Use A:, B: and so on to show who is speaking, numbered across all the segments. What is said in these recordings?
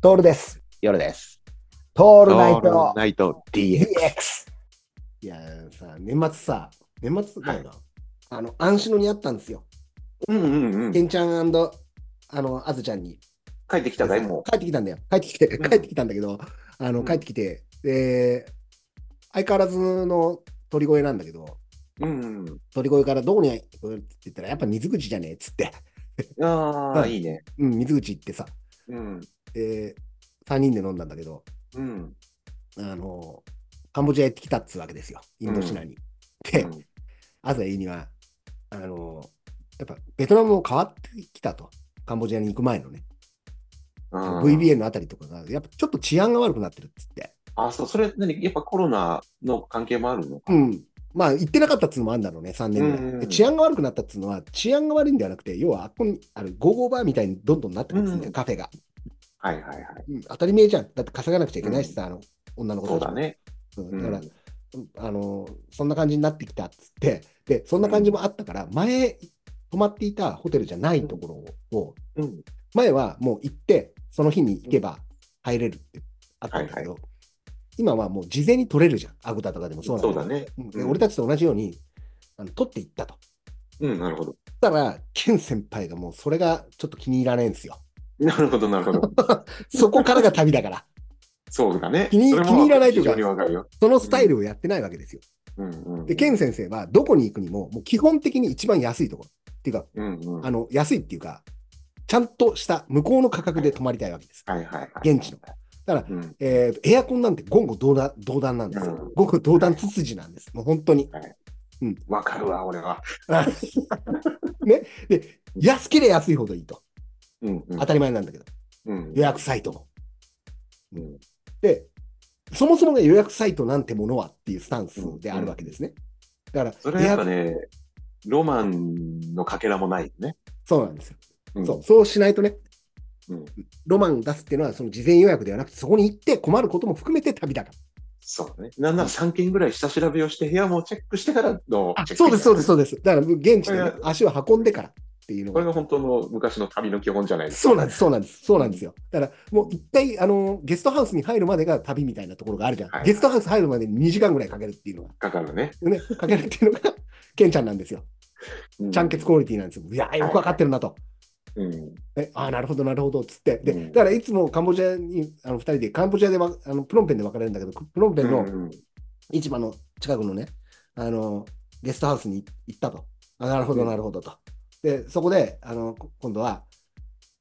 A: トールです。
B: 夜です。
A: ト
B: オ
A: ールナイト
B: ナイト DX。
A: DX。
C: いやーさ、年末さ、年末だよな。あの、安心のにあったんですよ。
B: うんうんうん。
C: けんちゃんあの、あずちゃんに。
B: 帰ってきたかいも
C: 帰ってきたんだよ。帰ってきて、
B: うん
C: 帰ってきたんだけど、あの、
B: うん
C: 帰ってきて、で、相変わらずの鳥越なんだけど、
B: う。うんうん。
C: 鳥越からどこに行くって言ったら、やっぱ水口じゃねえっつって、
B: ああ、
C: はい
B: いいね。
C: うん、水口行ってさ、
B: うん。
C: で、3人で飲んだんだけど、
B: うん。
C: あの、カンボジア行ってきたっつうわけですよ、インドシナに。で、朝言いには、あのやっぱベトナムも変わってきたと、カンボジアに行く前のね、
B: うん。
C: VBN のあたりとかが、やっぱちょっと治安が悪くなってるっつって、
B: あ、そう、それ何やっぱコロナの関係もあるのか。
C: うん、まあ行ってなかったっつうのもあるんだろうね、3年ぐらい。
B: うんうん
C: で治安が悪くなったっつうのは、治安が悪いんではなくて、要はあっこにあるゴーゴーバーみたいにどんどんなってくるんですよ、
B: うん
C: カフェが、
B: はいはいはい。
C: うん当たり前じゃん、だって稼がなくちゃいけないしさ、あの女の子
B: そう
C: たち
B: だ
C: も
B: ね。
C: そう
B: う
C: だ
B: ん
C: から、あのそんな感じになってきたっつってでそんな感じもあったから、前泊まっていたホテルじゃないところを、
B: うん。
C: 前はもう行ってその日に行けば入れるってあったんだけど、今はもう事前に取れるじゃんアゴタとかでもそうなん
B: そうだね。
C: うんで
B: うん
C: 俺たちと同じようにあの取っていったと。
B: うん、なるほど。
C: だから、ケン先輩がもうそれがちょっと気に入らないんですよ。
B: なるほど、なるほ ど。
C: そこからが旅だから、
B: そうだね。
C: 気に
B: それも
C: 気に入らないというか
B: 非常にわかるよ。
C: そのスタイルをやってないわけですよ。
B: うんうん。
C: で、ケン先生はどこに行くにも、もう基本的に一番安いところ。っていうか、
B: うんうん。は
C: あの安いっていうか、ちゃんとした向こうの価格で泊まりたいわけです。
B: いはいはい。
C: 現地の。だから、
B: うん。
C: えーとエアコンなんて言語道断道断なんです
B: う
C: よ
B: ん。
C: 言語道断つつじなんです。もう本当に。
B: わかるわ、俺は。
C: で、安ければ安いほどいいと。
B: うんうん
C: 当たり前なんだけど、
B: うん。
C: 予約サイトも。
B: うん。
C: で、そもそもが予約サイトなんてものはっていうスタンスであるわけですね。だから、
B: それはやっぱ
C: 予約
B: ね、ロマンのかけらもないよね。
C: そうなんですよ。
B: うん
C: そうそうしないとね、
B: うん
C: ロマン出すっていうのは、その事前予約ではなくて、そこに行って困ることも含めて旅だから。
B: そうね。なんなら3件ぐらい下調べをして、部屋もチェックしてからの
C: あ
B: チェックイン
C: そうです、そうです、。そうです。だから、現地でね、
B: これ
C: 足を運んでからっていうの
B: これ
C: が。
B: が本当の昔の旅の基本じゃないですか。
C: そうなんです、そうなんです、そうなんですよ。だから、もう一回、あの、ゲストハウスに入るまでが旅みたいなところがあるじゃん。
B: はい
C: ゲストハウス入るまでに2時間ぐらいかけるっていうのが、
B: かかるね。
C: ね、かけるっていうのが、ケンちゃんなんですよ。
B: うん
C: ちゃんけつクオリティなんですよ。いやー、よくわかってるなと。
B: うん。
C: ね、ああ、なるほど、なるほど、つって。で、
B: うん
C: だから、いつもカンボジアに、あの、二人で、カンボジアでわ、あの、プロンペンで別れるんだけど、プロンペンの、
B: うん
C: 市場の近くのね、あのゲストハウスに行ったと。あなるほど、
B: うん
C: なるほどと。で、そこで、あのこ今度は、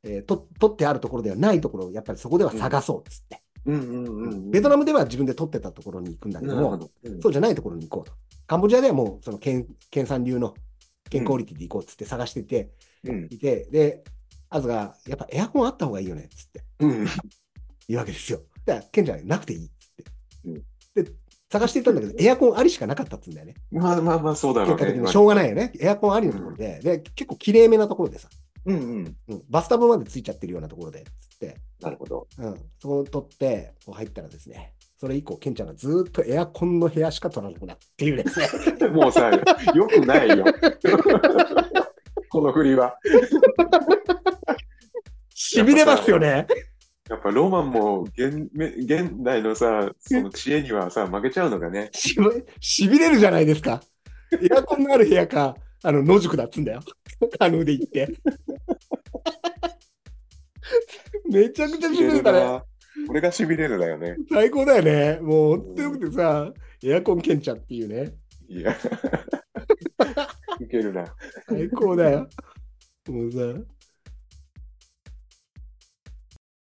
C: えーと、取ってあるところではないところを、やっぱりそこでは探そうっつって、
B: うんうんうん。
C: ベトナムでは自分で取ってたところに行くんだけど
B: なるほ
C: も、
B: ど。うん
C: そうじゃないところに行こうと。カンボジアではもう、そのケン、ケンさん流の、ケンクオリティで行こうっつって探してて、
B: うん。
C: いて、で、アズが、やっぱエアコンあった方がいいよねっつって
B: うん。
C: 言うわけですよ。だから、ケンちゃんなくていいっつって。で、探していたんだけど、エアコンありしかなかったっつうんだよね。
B: まあまあまあ、そうだろう
C: 結果的
B: ね。
C: にしょうがないよね。エアコンありのところで、で、結構きれいめなところでさ、
B: うんうん。
C: うん、バスタブまでついちゃってるようなところで、つって、
B: なるほど。
C: うん、そこを取って、こう入ったらですね、それ以降、ケンちゃんがずーっとエアコンの部屋しか取らなくなるっていうですね。
B: もうさ、よくないよ。 この振りは。
C: しびれますよね。
B: やっぱロマンも現め現代のさ、その知恵にはさ、負けちゃうのがね。
C: しびしびれるじゃないですか。エアコンのある部屋か、あの野宿だっつんだよ。カヌーで行って。 めちゃくちゃしびれたね。
B: これがしびれるだよね。
C: 最高だよね。もう本当よくてさ、エアコンケンちゃんっていうね。
B: い や。いけるな。
C: 最高だよ。もうさ、